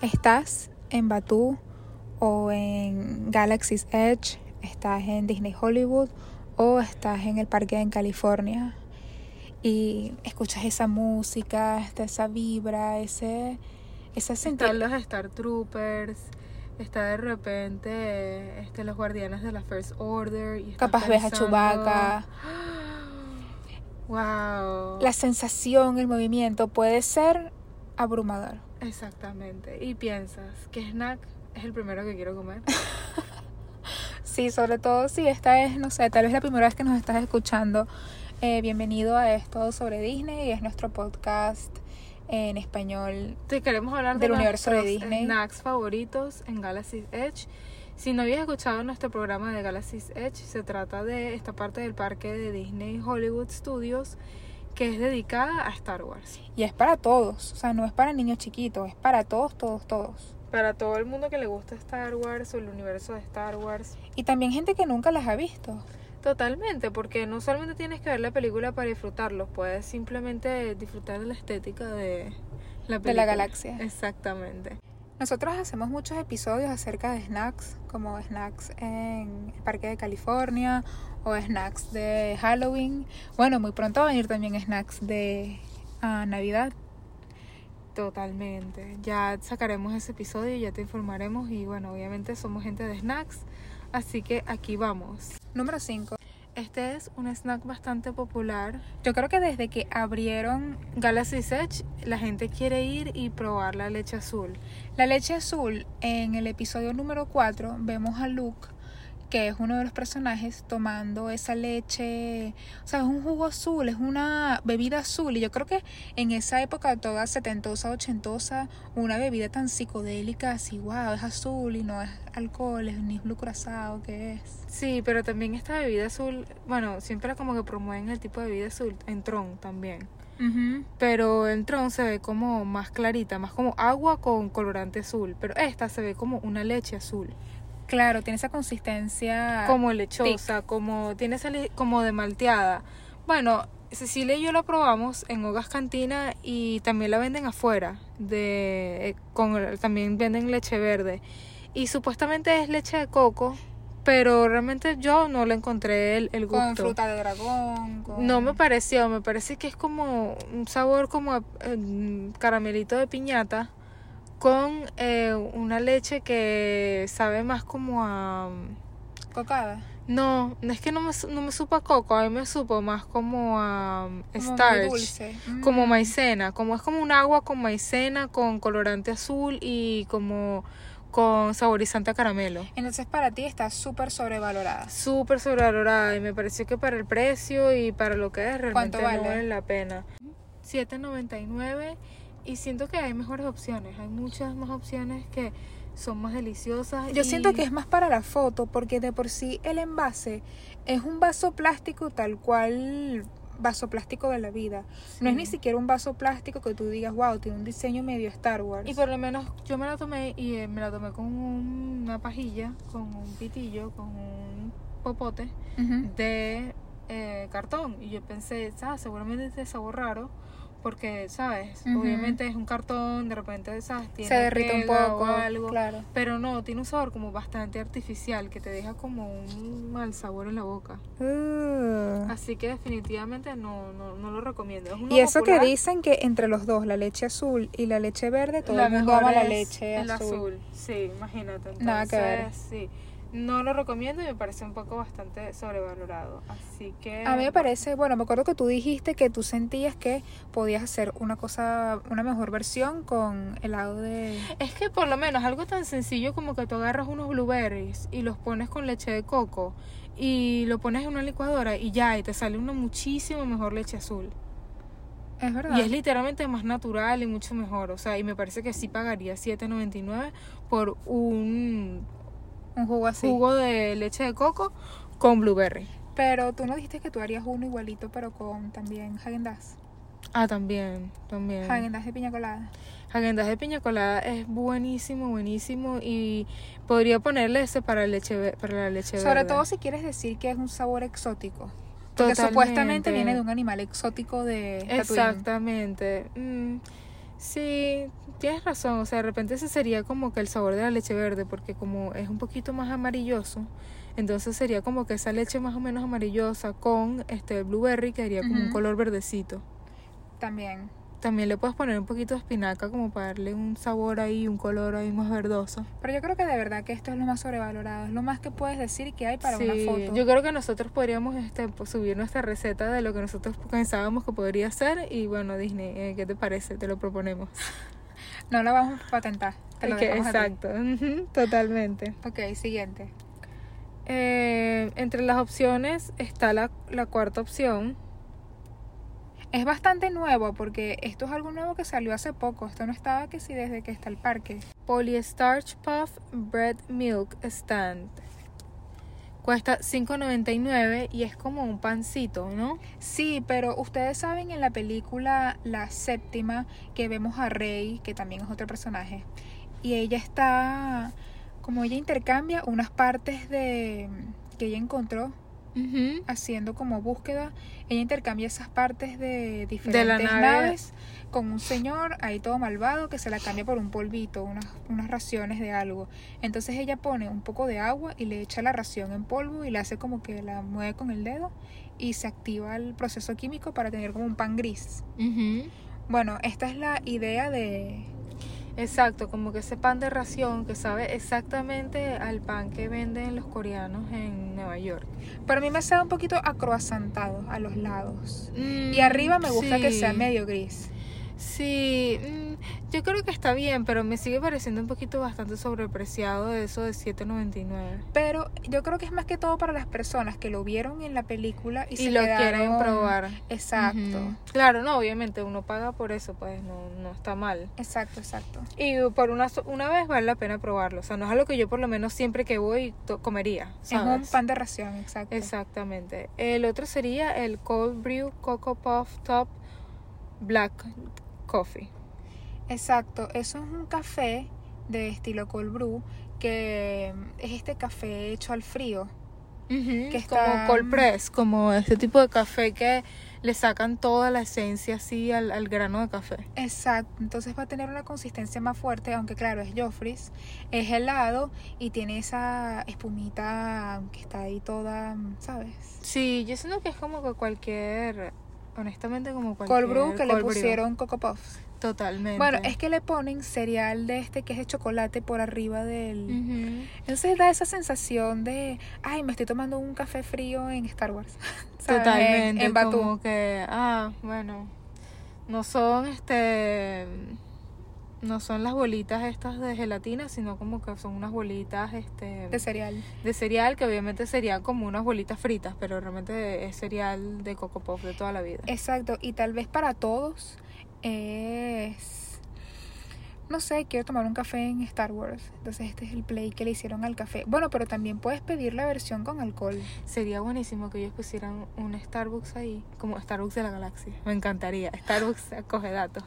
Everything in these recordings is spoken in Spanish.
Estás en Batú o en Galaxy's Edge, estás en Disney Hollywood o estás en el parque en California y escuchas esa música, está esa vibra, ese esa Están los Star Troopers, está de repente este, los Guardianes de la First Order. Y estás Capaz ves a pensando, Chewbacca. Wow. La sensación, el movimiento puede ser abrumador. Exactamente. Y piensas, ¿qué snack es el primero que quiero comer? Sí, sobre todo si esta es, no sé, tal vez la primera vez que nos estás escuchando. Eh, bienvenido a esto sobre Disney y es nuestro podcast en español. Te queremos hablar Del de universo de nuestros Disney. snacks favoritos en Galaxy's Edge. Si no habías escuchado nuestro programa de Galaxy's Edge, se trata de esta parte del parque de Disney Hollywood Studios que es dedicada a Star Wars. Y es para todos, o sea, no es para niños chiquitos, es para todos, todos, todos. Para todo el mundo que le gusta Star Wars o el universo de Star Wars. Y también gente que nunca las ha visto. Totalmente, porque no solamente tienes que ver la película para disfrutarlo, puedes simplemente disfrutar de la estética de la película. De la galaxia. Exactamente. Nosotros hacemos muchos episodios acerca de snacks, como snacks en el Parque de California o snacks de Halloween. Bueno, muy pronto van a venir también snacks de ah, Navidad. Totalmente. Ya sacaremos ese episodio, ya te informaremos y bueno, obviamente somos gente de snacks, así que aquí vamos. Número 5. Este es un snack bastante popular. Yo creo que desde que abrieron Galaxy Edge, la gente quiere ir y probar la leche azul. La leche azul, en el episodio número 4 vemos a Luke, que es uno de los personajes, tomando esa leche, o sea, es un jugo azul, es una bebida azul. Y yo creo que en esa época toda setentosa, ochentosa, una bebida tan psicodélica, así, wow, es azul y no es alcohol, es ni blue curazao, ¿qué es? Sí, pero también esta bebida azul, bueno, siempre como que promueven el tipo de bebida azul en Tron también. Pero en Tron se ve como más clarita, más como agua con colorante azul, pero esta se ve como una leche azul. Claro, tiene esa consistencia. como lechosa, como tiene esa le- como de malteada. Bueno, Cecilia y yo la probamos en Hogas Cantina y también la venden afuera, de eh, con el- también venden leche verde y supuestamente es leche de coco, pero realmente yo no le encontré el, el gusto. con fruta de dragón. con- No me pareció, me parece que es como un sabor como a, em, caramelito de piñata con eh, una leche que sabe más como a Cocada. no, es que no me, su- no me supo a coco, a mí me supo más como a um, como muy starch, dulce. como Mm. maicena, como es como un agua con maicena, con colorante azul y como con saborizante a caramelo. Entonces para ti está súper sobrevalorada. Súper sobrevalorada y me pareció que para el precio y para lo que es realmente ¿Cuánto no vale? vale la pena. 7.99 y siento que hay mejores opciones, hay muchas más opciones que son más deliciosas. Yo y- siento que es más para la foto porque de por sí el envase es un vaso plástico tal cual vaso plástico de la vida. No es ni Sí. siquiera un vaso plástico que tú digas, wow, tiene un diseño medio Star Wars. Y por lo menos yo me la tomé y eh, me la tomé con un- una pajilla, con un pitillo, con un popote Ujú. de eh, cartón. Y yo pensé, ¿sabes? Seguramente es de sabor raro, porque, ¿sabes? Ujú. Obviamente es un cartón, de repente, ¿sabes? Tiene Se derrite un pega o poco. algo. Claro. Pero no, tiene un sabor como bastante artificial que te deja como un mal sabor en la boca. Así que definitivamente no, no, no lo recomiendo. Es uno Ah. y eso que popular, dicen que entre los dos, la leche azul y la leche verde, todo La el mundo mejor ama la es leche el azul. Sí, imagínate. Entonces, Nada que ver. Sí. No lo recomiendo y me parece un poco bastante sobrevalorado. Así que. A mí me parece, bueno, me acuerdo que tú dijiste que tú sentías que podías hacer una cosa, una mejor versión con helado de... Es que por lo menos algo tan sencillo como que tú agarras unos blueberries y los pones con leche de coco y lo pones en una licuadora y ya, y te sale una muchísimo mejor leche azul. Es verdad. Y es literalmente más natural y mucho mejor. O sea, y me parece que sí pagaría $7.99 por un un jugo así. jugo de leche de coco con blueberry. Pero tú no dijiste que tú harías uno igualito, pero con también Häagen-Dazs. Ah, también, también. Häagen-Dazs de piña colada. Agendas de piña colada es buenísimo, buenísimo y podría ponerle ese para, leche, ve- para la leche Sobre verde. todo si quieres decir que es un sabor exótico. Porque supuestamente viene de un animal exótico de Tatooine. Exactamente. Mm, Sí, tienes razón. O sea, de repente ese sería como que el sabor de la leche verde, porque como es un poquito más amarilloso, entonces sería como que esa leche más o menos amarillosa con este blueberry que haría como un Ujú. color verdecito. También. También le puedes poner un poquito de espinaca como para darle un sabor ahí, un color ahí más verdoso. Pero yo creo que de verdad que esto es lo más sobrevalorado. Es lo más que puedes decir que hay para una Sí, foto. Yo creo que nosotros podríamos este, po- subir nuestra receta de lo que nosotros pensábamos que podría ser. Y bueno, Disney, eh, ¿qué te parece? Te lo proponemos. No la vamos a patentar. Te lo Ok, dejamos a ti. exacto, ujú, totalmente. Ok, siguiente. Eh, entre las opciones está la, la cuarta opción. Es bastante nuevo porque esto es algo nuevo que salió hace poco. Esto no estaba que sí desde que está el parque. Polystarch Puff Bread Milk Stand. Cuesta $5.99 y es como un pancito, ¿no? Sí, pero ustedes saben en la película La Séptima que vemos a Rey, que también es otro personaje, y ella está, como ella intercambia unas partes de que ella encontró Ujú. haciendo como búsqueda, ella intercambia esas partes de diferentes De la nave. naves con un señor ahí todo malvado que se la cambia por un polvito, unas, unas raciones de algo. Entonces ella pone un poco de agua y le echa la ración en polvo y le hace como que la mueve con el dedo y se activa el proceso químico para tener como un pan gris. Ujú. Bueno, esta es la idea de... Exacto, como que ese pan de ración que sabe exactamente al pan que venden los coreanos en Nueva York. Para mí me sabe un poquito acroasantado a los lados. Y arriba me gusta que sea Mm, Sí. medio gris. Sí, mm, yo creo que está bien, pero me sigue pareciendo un poquito bastante sobrepreciado de eso de 7.99. Pero yo creo que es más que todo para las personas que lo vieron en la película y, Y, se lo quedaron- quieren probar. Exacto, Ujú. Claro, no, obviamente uno paga por eso, pues no, no está mal. exacto, exacto. Y por una, so- una vez vale la pena probarlo. O sea, no es algo que yo por lo menos siempre que voy to- comería. Es un ¿sabes? pan de ración, exacto. Exactamente. El otro sería el Cold Brew Coco Puff Top Black Coffee. Exacto, eso es un café de estilo cold brew que es este café hecho al frío. Que es está- como cold press, como este tipo de café que le sacan toda la esencia así al, al grano de café. Exacto, entonces va a tener una consistencia más fuerte, aunque claro, es Joffrey's, es helado y tiene esa espumita que está ahí toda, ¿sabes? Sí, yo siento que es como que cualquier, honestamente como cualquier Cold brew que le cold brew. pusieron Coco Puffs. Totalmente. Bueno, es que le ponen cereal de este que es de chocolate por arriba del... Ujú. Entonces da esa sensación de, ay, me estoy tomando un café frío en Star Wars. ¿Sabes? En- Totalmente, En Batú. como que, ah, bueno, no son este, no son las bolitas estas de gelatina, sino como que son unas bolitas este De cereal. de cereal que obviamente serían como unas bolitas fritas, pero realmente es cereal de Coco Pop de toda la vida. Exacto. Y tal vez para todos es... No sé, quiero tomar un café en Star Wars. Entonces este es el play que le hicieron al café. Bueno, pero también puedes pedir la versión con alcohol. Sería buenísimo que ellos pusieran un Starbucks ahí, como Starbucks de la galaxia. Me encantaría. Starbucks coge datos.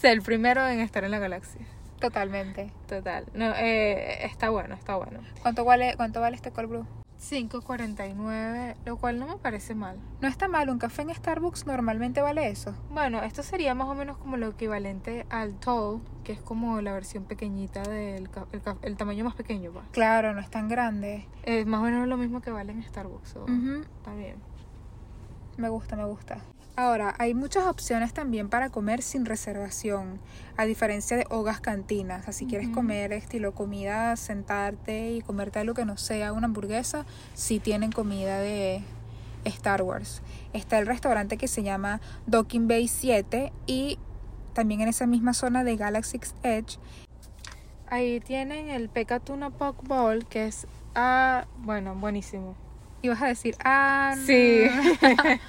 Ser el primero en estar en la galaxia. Totalmente. Total. No, eh, está bueno, está bueno. ¿Cuánto vale, cuánto vale este cold brew? 5.49, lo cual no me parece mal. No está mal, un café en Starbucks normalmente vale eso. Bueno, esto sería más o menos como lo equivalente al tall, que es como la versión pequeñita del ca- el, ca- el tamaño más pequeño, pues. Claro, no es tan grande. Es más o menos lo mismo que vale en Starbucks. o- Ujú. Está bien. Me gusta, me gusta. Ahora, hay muchas opciones también para comer sin reservación, a diferencia de hogas cantinas. Así si quieres Ujú. comer estilo comida, sentarte y comerte algo que no sea una hamburguesa, sí tienen comida de Star Wars. Está el restaurante que se llama Docking Bay 7 y también en esa misma zona de Galaxy's Edge. Ahí tienen el Pecatuna Poke Bowl, que es, ah, bueno, buenísimo. Ibas a decir, ah, no". Sí.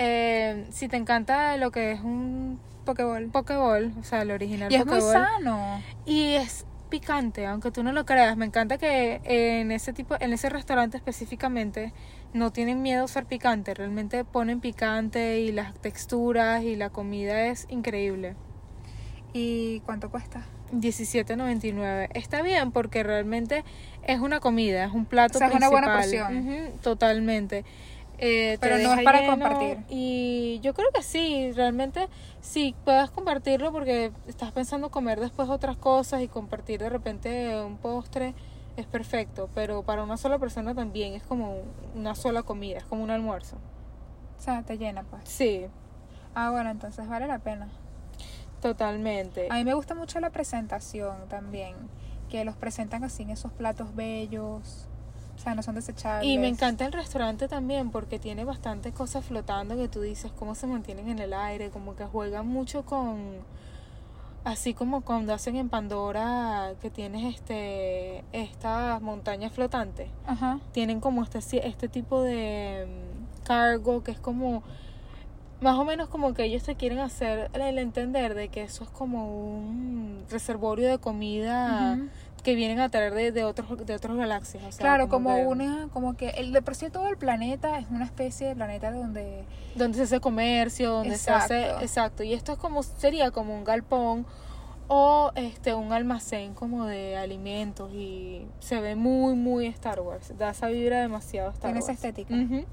Eh, si te encanta lo que es un Pokéball. Pokeball, o sea, el original Y es muy Pokeball. sano. Y es picante, aunque tú no lo creas. Me encanta que en ese tipo, en ese restaurante específicamente, no tienen miedo a ser picante. Realmente ponen picante y las texturas y la comida es increíble. ¿Y cuánto cuesta? 17.99. Está bien porque realmente es una comida, es un O plato sea, es una principal. buena porción. Ujú, totalmente. eh, te Pero no deja es para lleno compartir. Y yo creo que sí, realmente sí puedes compartirlo porque estás pensando comer después otras cosas y compartir de repente un postre es perfecto, pero para una sola persona también es como una sola comida, es como un almuerzo. O sea, te llena, pues. Sí, Ah, bueno, entonces vale la pena. totalmente. A mí me gusta mucho la presentación también, que los presentan así en esos platos bellos, o sea, no son desechables. Y me encanta el restaurante también porque tiene bastantes cosas flotando que tú dices cómo se mantienen en el aire, como que juegan mucho con así como cuando hacen en Pandora que tienes este estas montañas flotantes. Ajá. Tienen como este ci- este tipo de mm, cargo que es como más o menos como que ellos te quieren hacer el el entender de que eso es como un reservorio de comida Ujú. que vienen a traer de, de otros de otros galaxias. o Ah, sea, Claro, como, que- una, como que el de por sí todo el planeta es una especie de planeta donde donde se hace comercio, donde se Exacto. hace, exacto, y esto es como sería como un galpón o este un almacén como de alimentos y se ve muy muy Star Wars, da esa vibra demasiado Star tiene esa Wars. estética. Ujú.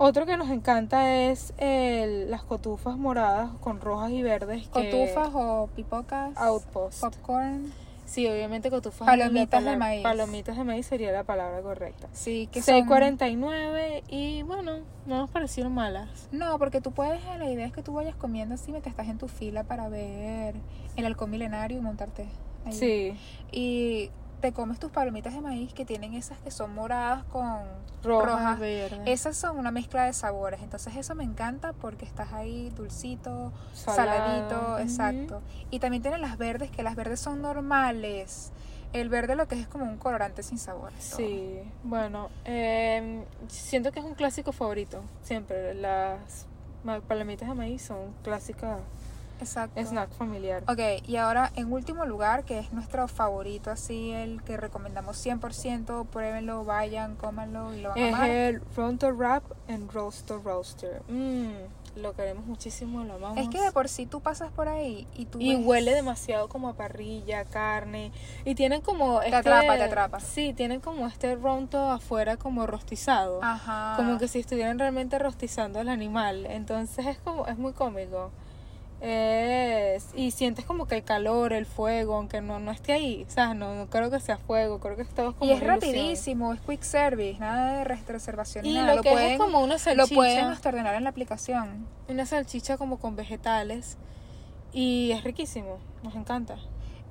Otro que nos encanta es el- las cotufas moradas con rojas y verdes. que- Cotufas o pipocas, Outpost. popcorn, Sí, obviamente cotufas. Palomitas es la de palabra- maíz. Palomitas de maíz sería la palabra correcta. sí, que son... 6.49 y bueno, no nos parecieron malas. No, porque tú puedes, eh, la idea es que tú vayas comiendo así mientras estás en tu fila para ver el halcón milenario y montarte ahí. Sí. Y te comes tus palomitas de maíz que tienen esas que son moradas con rojas, rojas. verdes, Esas son una mezcla de sabores, entonces eso me encanta porque estás ahí dulcito, salado. saladito, Ujú. exacto. Y también tienen las verdes, que las verdes son normales. El verde lo que es es como un colorante sin sabor. es todo. Sí, bueno, eh, siento que es un clásico favorito, siempre. Las ma- palomitas de maíz son clásicas Exacto. snack familiar. Ok, y ahora en último lugar, que es nuestro favorito, así el que recomendamos 100%, pruébenlo, vayan, cómanlo y lo van a Es amar. el Ronto Wrap and Roaster Roaster. Mm, lo queremos muchísimo, lo amamos. Es que de por sí tú pasas por ahí y tú y ves- huele demasiado como a parrilla, carne. Y tienen como. este- atrapa, te atrapa. Sí, tienen como este ronto afuera como rostizado. Ajá. como que si estuvieran realmente rostizando al animal entonces es como es muy cómico Es- y sientes como que el calor el fuego aunque no no esté ahí o sea no, no creo que sea fuego creo que es todo como y es una ilusión. rapidísimo, es quick service, nada de rest- reservación ni y nada. lo, que es, es como una lo salchicha pueden hasta ordenar en la aplicación. una salchicha como con vegetales y es riquísimo nos encanta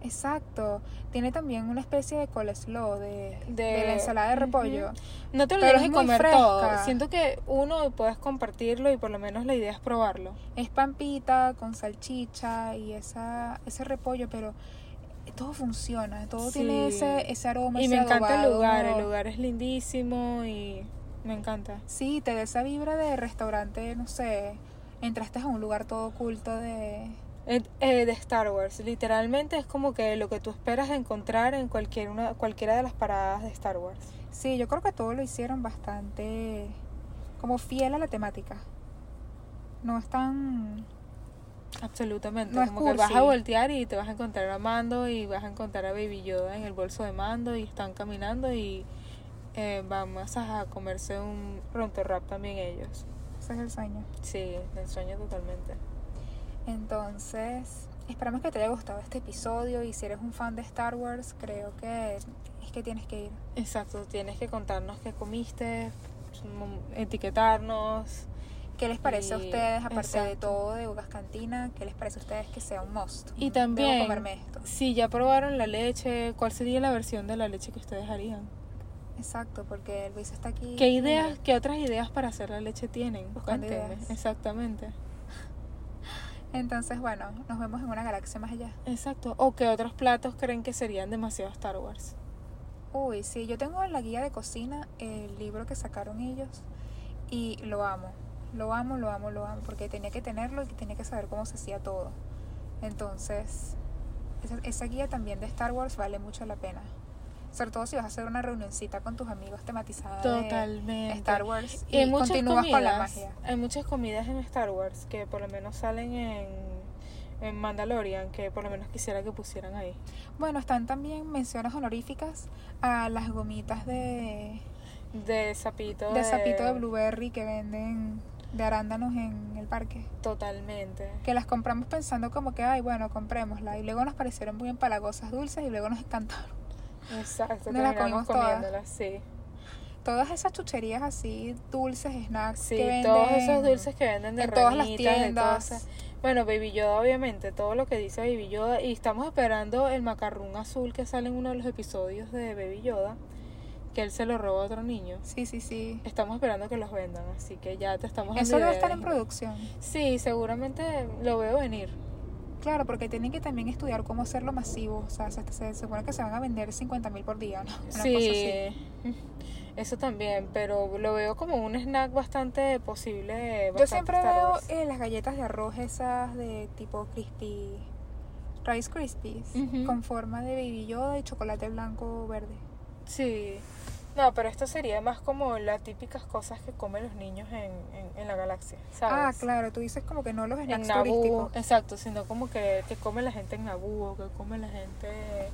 Exacto. Tiene también una especie de coleslaw de, De- de la ensalada de Ujú. repollo. no te lo Pero es debes de muy comer fresca. todo siento que uno puedes compartirlo y por lo menos la idea es probarlo Es pampita con salchicha y esa, ese repollo, pero eh, todo funciona, todo Sí. tiene ese, ese aroma. y ese me encanta el adobado. lugar el lugar es lindísimo y me encanta Sí, te da esa vibra de restaurante, no sé, entraste a un lugar todo oculto de... Eh, eh, de Star Wars, literalmente es como que lo que tú esperas encontrar en cualquier una, cualquiera de las paradas de Star Wars. Sí, yo creo que todo lo hicieron bastante como fiel a la temática. No es tan... Absolutamente. No es como que vas cursi. a voltear y te vas a encontrar a Mando y vas a encontrar a Baby Yoda en el bolso de Mando y están caminando y eh, vamos a comerse un pronto rap también ellos. Ese es el sueño. Sí, el sueño totalmente. Entonces, esperamos que te haya gustado este episodio y si eres un fan de Star Wars, creo que es que tienes que ir. Exacto, tienes que contarnos qué comiste, mm, etiquetarnos. ¿Qué les parece a Y- ustedes, aparte de exacto. todo de Ugas Cantina? ¿Qué les parece a ustedes que sea un must? Y Debo también- comerme esto. Si ya probaron la leche, ¿cuál sería la versión de la leche que ustedes harían? Exacto, porque Luis está aquí. ¿Qué y- ideas, qué otras ideas para hacer la leche tienen? Buscando Cuéntenme. ideas. Exactamente. Entonces, bueno, nos vemos en una galaxia más allá. Exacto. O qué otros platos creen que serían demasiado Star Wars. Uy, sí, yo tengo en la guía de cocina el libro que sacaron ellos y lo amo, lo amo, lo amo, lo amo, porque tenía que tenerlo y tenía que saber cómo se hacía todo. Entonces, esa, esa guía también de Star Wars vale mucho la pena. Sobre todo si vas a hacer una reunioncita con tus amigos tematizada de Totalmente. Star Wars Y hay y muchas continúas comidas. con la magia. Hay muchas comidas en Star Wars que por lo menos salen en, en Mandalorian, que por lo menos quisiera que pusieran ahí. Bueno, están también menciones honoríficas a las gomitas de de sapito. de sapito de blueberry que venden de arándanos en el parque. Totalmente. Que las compramos pensando como que, ay, bueno, comprémosla. Y luego nos parecieron muy empalagosas, dulces y luego nos encantaron. Exacto. Nos las terminamos comimos todas. comiéndolas, sí. Todas esas chucherías así, dulces, snacks. Sí, que venden todos esos dulces que venden de en todas las ramitas, de todas tiendas. esas- Bueno, Baby Yoda, obviamente, todo lo que dice Baby Yoda. Y estamos esperando el macarrón azul que sale en uno de los episodios de Baby Yoda, que él se lo roba a otro niño. Sí, sí, sí. Estamos esperando que los vendan, así que ya te estamos Eso debe estar en enviando ideas. producción. Sí, seguramente lo veo venir. Claro, porque tienen que también estudiar cómo hacerlo masivo. O sea, se, se supone que se van a vender 50 mil por día, ¿no? Una cosa así. sí, eso también, pero lo veo como un snack bastante posible. Yo bastante siempre Star veo Wars. eh, las galletas de arroz esas de tipo crispy, Rice Krispies, Ujú. con forma de baby yoda y chocolate blanco verde. Sí. No, pero esto sería más como las típicas cosas que comen los niños en, en- en la galaxia, Ah, ¿sabes? claro, tú dices como que no los En snacks Naboo, turísticos. eh, exacto, sino como que, que come la gente en Naboo, o que come la gente...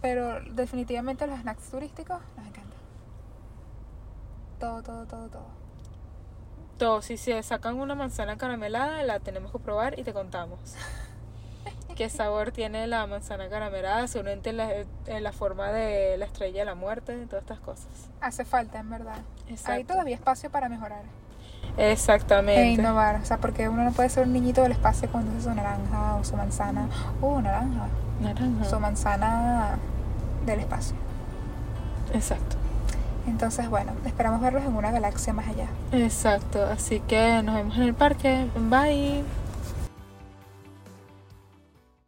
Pero definitivamente los snacks turísticos nos encantan. Todo, todo, todo, todo. Todo, si se sacan una manzana caramelada, la tenemos que probar y te contamos. ¿Qué sabor tiene la manzana caramelada? Seguramente la, en la forma de la estrella de la muerte, todas estas cosas. Hace falta, en verdad. Hay Exacto. todavía espacio para mejorar Exactamente. e innovar. O sea, porque uno no puede ser un niñito del espacio cuando usa su naranja o su manzana. Uh, naranja. Naranja. Su manzana del espacio. Exacto. Entonces, bueno, esperamos verlos en una galaxia más allá. Exacto, así que nos vemos en el parque. Bye.